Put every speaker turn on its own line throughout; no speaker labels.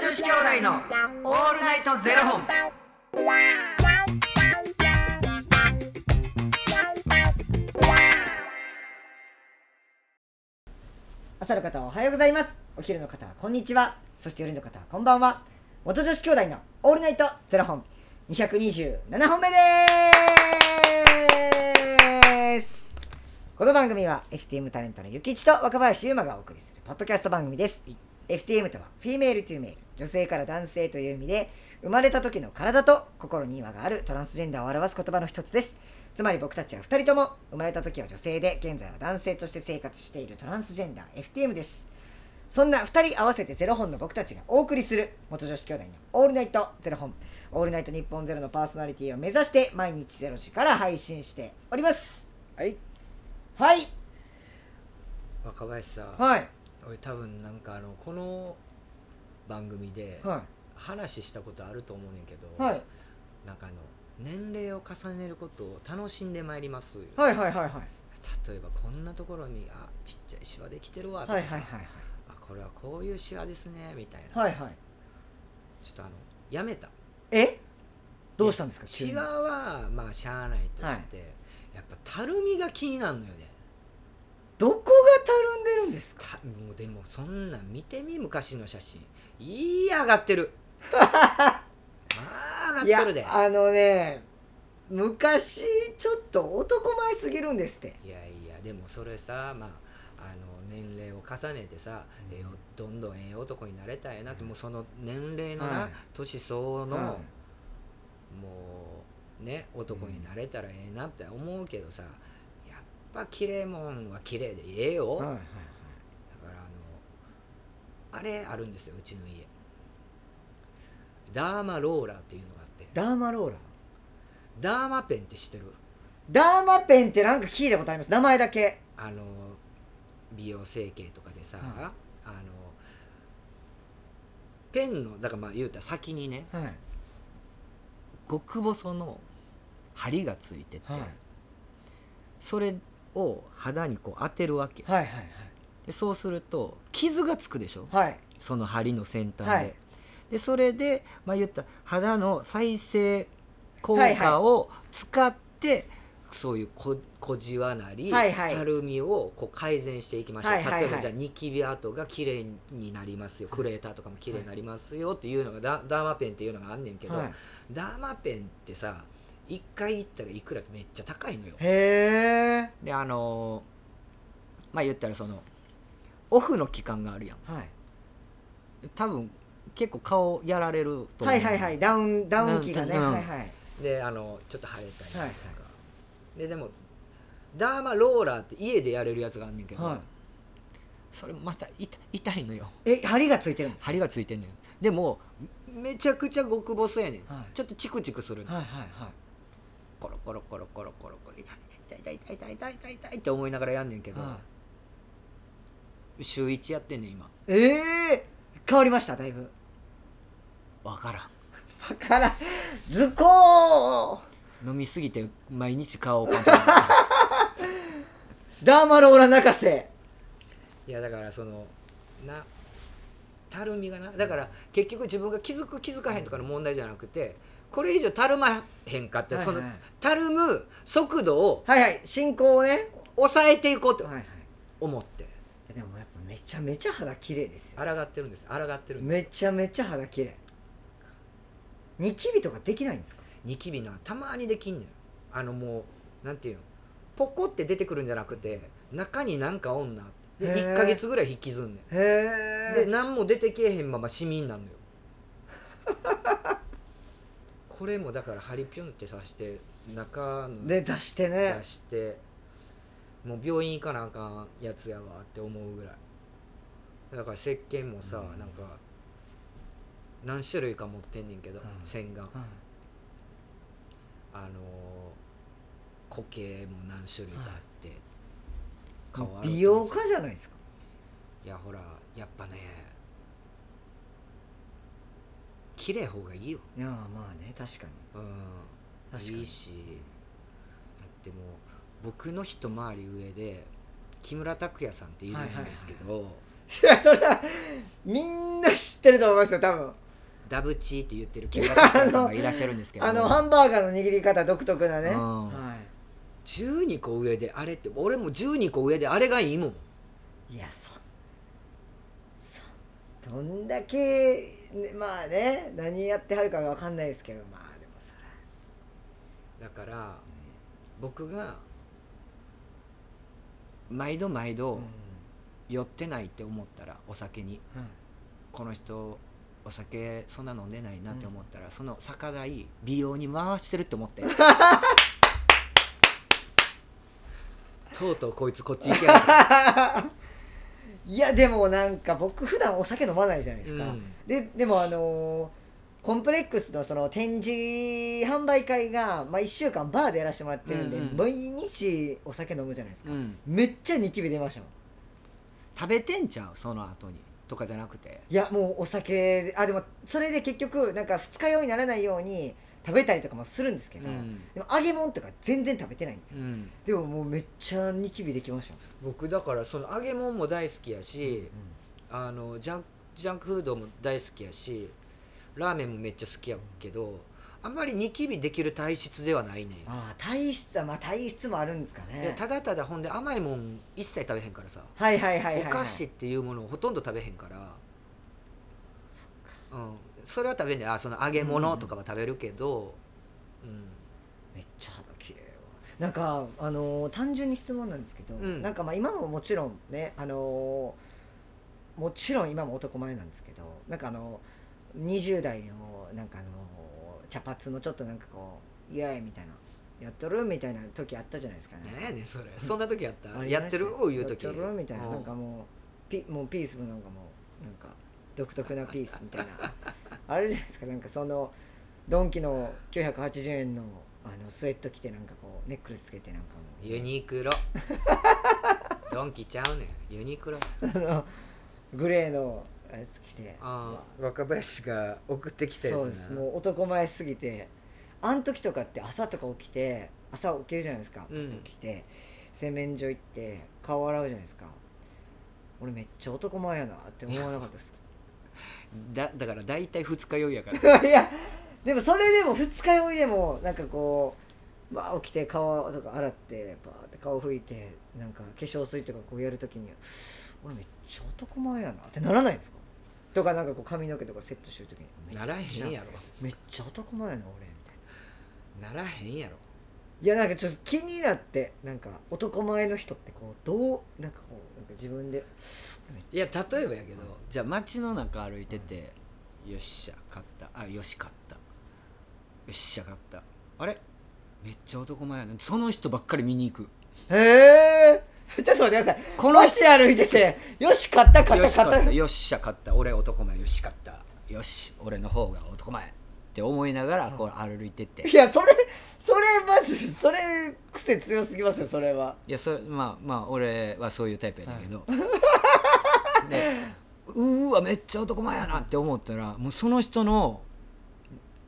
子兄弟のオールナイトゼロ本。
朝の方はおはようございますお昼の方はこんにちはそして夜の方はこんばんは元女子兄弟のオールナイトゼロ本227本目ですこの番組は FTM タレントのゆきちと若林優馬がお送りするポッドキャスト番組です、FTM とはフィメールトゥーメール女性から男性という意味で生まれた時の体と心に違和があるトランスジェンダーを表す言葉の一つですつまり僕たちは2人とも生まれた時は女性で現在は男性として生活しているトランスジェンダー FTM ですそんな2人合わせてゼロ本の僕たちがお送りする元女子兄弟の「オールナイトゼロ本」「オールナイト日本ゼロのパーソナリティを目指して毎日ゼロ時から配信しております
はい。
はい
若林さん、
はい
俺多分なんかあのこの番組で
は
話したことあると思うねんけど、
いはい
なんかあの年齢を重ねることを楽しんでまいります。
はいはいはいはい
例えばこんなところにあちっちゃいシワできてるわと
はい
か
はい
さ、
はい
あこれはこういうシワですねみたいな、
はいはい
ちょっとあのやめた。
えどうしたんですか急
シ
に
ワはまあしゃあないとして、やっぱたるみが気になるのよね
どこがたるんでるんですか
たもうでもそんなん見てみ昔の写真いい上がってるまあ上がってるでいや
あのね昔ちょっと男前すぎるんですって
いやでもそれさまああの年齢を重ねてさ、
うん
ええおどんどんええ男になれたいなってもうその年齢の
は
ない年相応の、
はい
もうね男になれたらええなって思うけどさ、やっぱ綺麗もんは綺麗でええよ、
はいはいはい
だからあのあれあるんですようちの家ダーマローラーっていうのがあって
ダーマローラー
ダーマペンって知ってる
ダーマペンってなんか聞いたことあります名前だけ
あの美容整形とかでさ、
はい
あのペンのだからまあ言うたら先にね
はい
極細の針がついてて、
はい
それを肌にこう当てるわけ
はいはい
でそうすると傷がつくでしょ
はい
その針の先端で,、
はい
でそれで、まあ、言った肌の再生効
はいは
果を使って、そういうこ小じわなり、
はいはい
たるみをこう改善していきましょう、
はいはいはい
例えばじゃあニキビ跡が綺麗になりますよクレーターとかも綺麗になりますよっていうのがダダーマペンっていうのがあんねんけど、
はい
ダーマペンってさ1回行ったらいくらってめっちゃ高いのよ。
へえ
であのーまあ言ったらそのオフの期間があるやん。
はい
多分結構顔やられると思う、
はいはいはいダウンダウン期がね
うん
はいはい
であのちょっと腫れたりとか、
はいは
ででもダーマローラーって家でやれるやつがあんねんけど、
は
それまた痛痛いのよ
いえ針がついてるんです
針がついてんのよでもめちゃくちゃ極細やねん、
はい
ちょっとチクチクするの、
はいはいはい
コロコロコロコロコロコロ痛い痛い痛い痛い痛い痛い痛いって思いながらやんねんけど、
は
週1やってんねん今
いええ変わりましただいぶ
わから
わからん図工
ん飲みすぎて毎日顔をかんでる
ダーマローラー泣かせ
いやだからそのなたるみがなだから結局自分が気づく気づかへんとかの問題じゃなくてこれ以上たるまへんかって、
はい
その
はい
たるむ速度を
はいはい進行をね
抑えていこう
はい
と
はいい
思って
やでもやっぱめちゃめちゃ肌綺麗ですよ
抗ってるんです抗ってるんで
め
す
ちゃめちゃ肌綺麗ニキビとかできないんですか
ニキビなたまにできんのよあのもうなんていうのポコって出てくるんじゃなくて中になんかおんなで
へー
1か月ぐらい引きずんねん
へ
で何も出てけえへんままシミになるのよ これもだから針ピュンって刺して中の
で出してね
出してもう病院行かなあかんやつやわって思うぐらいだから石鹸もさ、
うん
なんか何種類か持ってんねんけど、
うん
洗顔
はい
あのー固形も何種類かあって、洗うと
美容家じゃないですか
いやほらやっぱね綺麗方がいいよ
いやまあね確かに
うん
確かに
いいしだってもう僕の一回り上で木村拓哉さんっているんですけど、
いやそれはみんな知ってると思いますよ多分
ダブチーって言っ てる中学生さんがいらっしゃるんですけど
あのハンバーガーの握り方独特なね、
うん
は
12個上であれって俺も12個上であれがいいもん
い、いやそそどんだけ、ねまあね何やってはるかわかんないですけどまあでもそ
だから僕が毎度毎度
ら、
酔ってないって思ったらお酒に
うんうん
この人お酒そんな飲んでないなって思ったら、その酒代美容に回してるって思って とうとうこいつこっち行けない、
いやでもなんか僕普段お酒飲まないじゃないで
う
すか、
ん
ででもあのーコンプレックスのその展示販売会が、まあ、1週間バーでやらせてもらってるんで、
うんうん
毎日お酒飲むじゃないですか、
うん、
めっちゃニキビ出ましたもん
食べてんちゃうその後にとかじゃなくて
いやもうお酒あでもそれで結局なんか二日酔いにならないように食べたりとかもするんですけど、
うん
でも揚げ物とか全然食べてないんです
う
よ、
ん、
でももうめっちゃニキビできましたもん
僕だからその揚げ物も大好きやし、
う
あのジャンジャンクフードも大好きやしラーメンもめっちゃ好きやけどあんまりニキビできる体質ではないねん
んああ体質はまあ体質もあるんですか
いや
ね
ただただほんで甘いもん一切食べへんからさ
はいはいはいはい、はい、
お菓子っていうものをほとんど食べへんからそ,、うん、それは食べんねんあその揚げ物とかは食べるけど、うん
めっちゃ肌綺麗よなんかあのー単純に質問なんですけど、
うん
なんかまあ今ももちろんねあのーもちろん今も男前なんですけどなんかあの20代のなんかあのー茶髪のちょっとなんかこう「イエーイ!」みたいな「やっとる?」みたいな時あったじゃないですかね。
何やねんそれそんな時やっ た、
ありま
や
した
ってるおういう時
やってるみたいな
うん
なんかもうピもうピースもなんかもうなんか独特なピースみたいな あれじゃないですかなんかそのドンキの980円のあのスウェット着てなんかこうネックレスつけてなんかもう
ユニク ロドンキちゃうねんユニクロ
あのグレーのあれつ着て
あ若林が送ってき
そうですもう男前すぎてあん時とかって朝とか起きて朝起きるじゃないですか、
うん
起きて洗面所行って顔洗うじゃないですか俺めっちゃ男前やなって思わなかったです
だだから大体二日酔い やから
いやでもそれでも二日酔いでもなんかこうまあ起きて顔とか洗ってバーって顔拭いてなんか化粧水とかこうやるときに俺めっちゃ男前やなってならないんですかとかなんかこう髪の毛とかセットしてるときに
ならへんやろ
めっちゃ男前やな俺みたいな
ならへんやろ
いやなんかちょっと気になってなんか男前の人ってこうどうなんかこうなんか自分で
いや例えばやけどじゃあ街の中歩いてて「よっしゃ勝った」あ「よし勝った」「よっしゃ勝った」あれめっちゃ男前やなその人ばっかり見に行く
へえ ちょっと待ってください
こ
こ
の
の
人
人歩いててよし買った買っ
よ
た
し勝
買
っ
った
たよっしゃ勝った俺男前よし勝ったよし俺の方が男前って思いながらこう歩いてって
いやそれそれまずそれ癖強すぎますよそれはい
やそれまあまあ俺はそういうタイプやねんけど、でうーわめっちゃ男前やなって思ったらもうその人の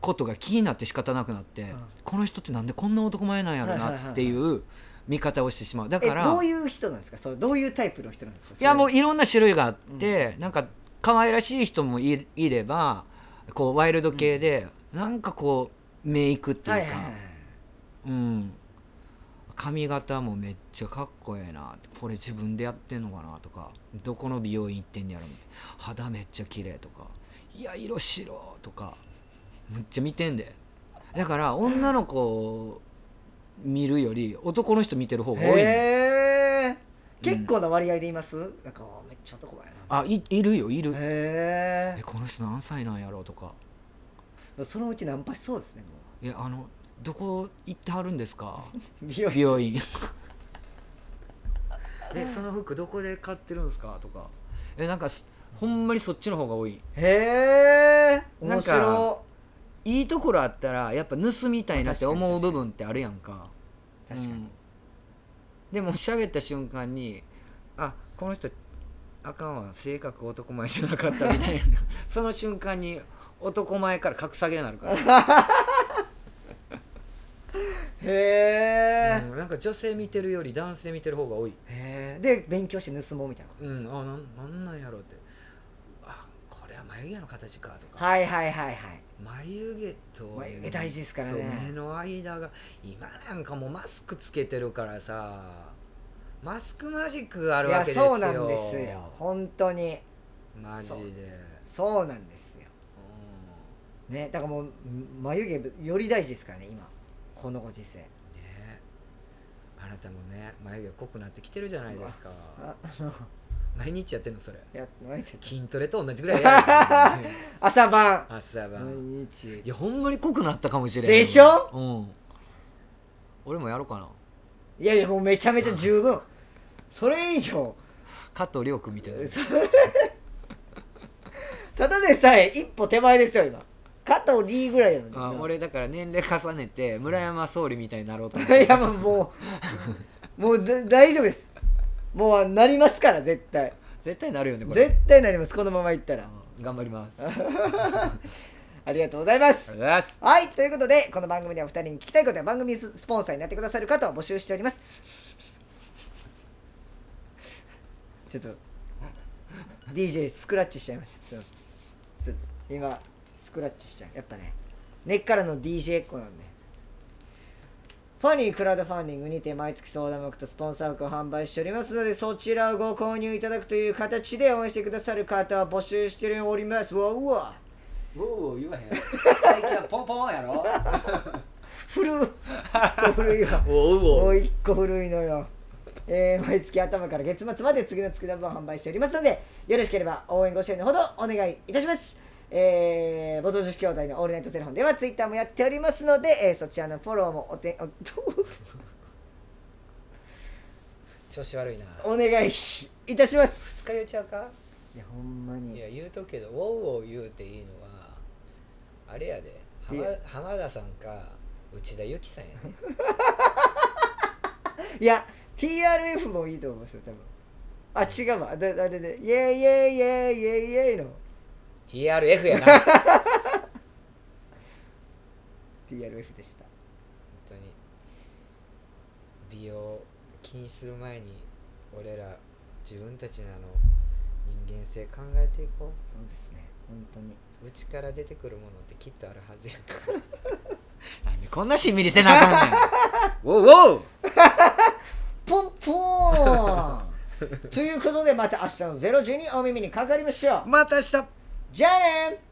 ことが気になって仕方なくなって、
ん
この人ってなんでこんな男前なんやろ
はいはいはい
なっていう見方をしてしまうだ
え
から
どういう人なんですかそれどういうタイプの人なんですか
いやも
う
ういろんな種類があって、なんか可愛らしい人もいいればこうワイルド系で、なんかこうメイクって
はい
い
は
う
い
か、
はい
うん髪型もめっちゃかっこええなこれ自分でやってんのかなとかどこの美容院行ってんやろみたいな肌めっちゃ綺麗とかいや色白とかむっちゃ見てんでだから女の子を見るより男の人見てる方が多いねん
へえ結構な割合でいます、なんかめっちゃ男前な
あいいるよいる
へ
えこの人何歳なんやろとか
えそのうちナンパしそうですねも
えあのどこ行ってはるんですか
う美容室
美容院 えその服どこで買ってるんですかとかえなんかすほんまにそっちの方が多い
へえ
なん
面
か
白
いいところあったらやっぱ盗みたいなって思う部分ってあるやんか
確かに、
うんでも喋った瞬間にあこの人あかんわ性格男前じゃなかったみた いなその瞬間に男前から格下げになるから
へえ、
うんなんか女性見てるより男性見てる方が多い
へえで勉強して盗もうみたいな
うんあなんなんなんやろうってあこれは間眉毛の形かとか、
はいはいはいはい
眉毛と
眉毛大事ですからね
そう目の間が今なんかもうマスクつけてるからさマスクマジックがあるわけですよ
いやそうなんですよ本当に
マジで
そううんそうなんですよねだからもう眉毛より大事ですからね今このご時世
ねあなたもね眉毛濃くなってきてるじゃないですか
ああの
毎日やってんのそれ
やっちゃった
筋トレと同じぐらいやる
朝晩
朝
毎
晩
日
いやほんまに濃くなったかもしれん
でしょ
うん俺もやろうかない
やいやもうめちゃめちゃ十分それ以上
加藤涼君みたいな
それただでさえ一歩手前ですよ今肩を D ぐらいやのに
あ
今
俺だから年齢重ねて村山総理みたいになろうと思っ
い
て
やもうもうもうだ大丈夫ですもうなりますから絶対
絶対なるよねこれ
絶対なりますこのままいったら
うん頑張りますありがと
ありがとうございます
うございます
はいということでこの番組ではお二人に聞きたいことや番組スポンサーになってくださる方を募集しておりますちょっと DJ スクラッチしちゃいましたすいませんす今スクラッチしちゃうやっぱね根っからの DJ っ子なんでファニークラウドファンディングにて毎月相談枠とスポンサー枠を販売しておりますのでそちらをご購入いただくという形で応援してくださる方を募集しておりますわうわ
う お言わへん最近はポンポンやろ
古い古いわ
おう
も
お
う
う
一個古いのよ。えー毎月頭から月末まで次の月ダブを販売しておりますので、よろしければ応援ご支援のほどお願いいたします。えー、元女子兄弟のオールナイトセレフォンではツイッターもやっておりますので、えーそちらのフォローもおて
調子悪いな
お お願いいたします。
二日酔いちゃうか
いや、ほんま
い
に。
や言うとくけど「ウォウウォウ」言うていいのはあれやで浜
いや
浜田さんか内田有紀さんやね
いや、TRF もいいと思いますよ、多分。あ、違うわ。だあれで、イェイイェイイェイイェイイェイの
TRF やな本
TRF でした。
当に美容気にする前に俺ら自分たちのあの人間性考えていこ
そうですね、本当に。
う内から出てくるものってきっとあるはずやからなんでこんなしんみりせなあかんねんウォウウォウ
ポンポ ーンということでまた明日の0時にお耳にかかりましょう
また明日
じゃあね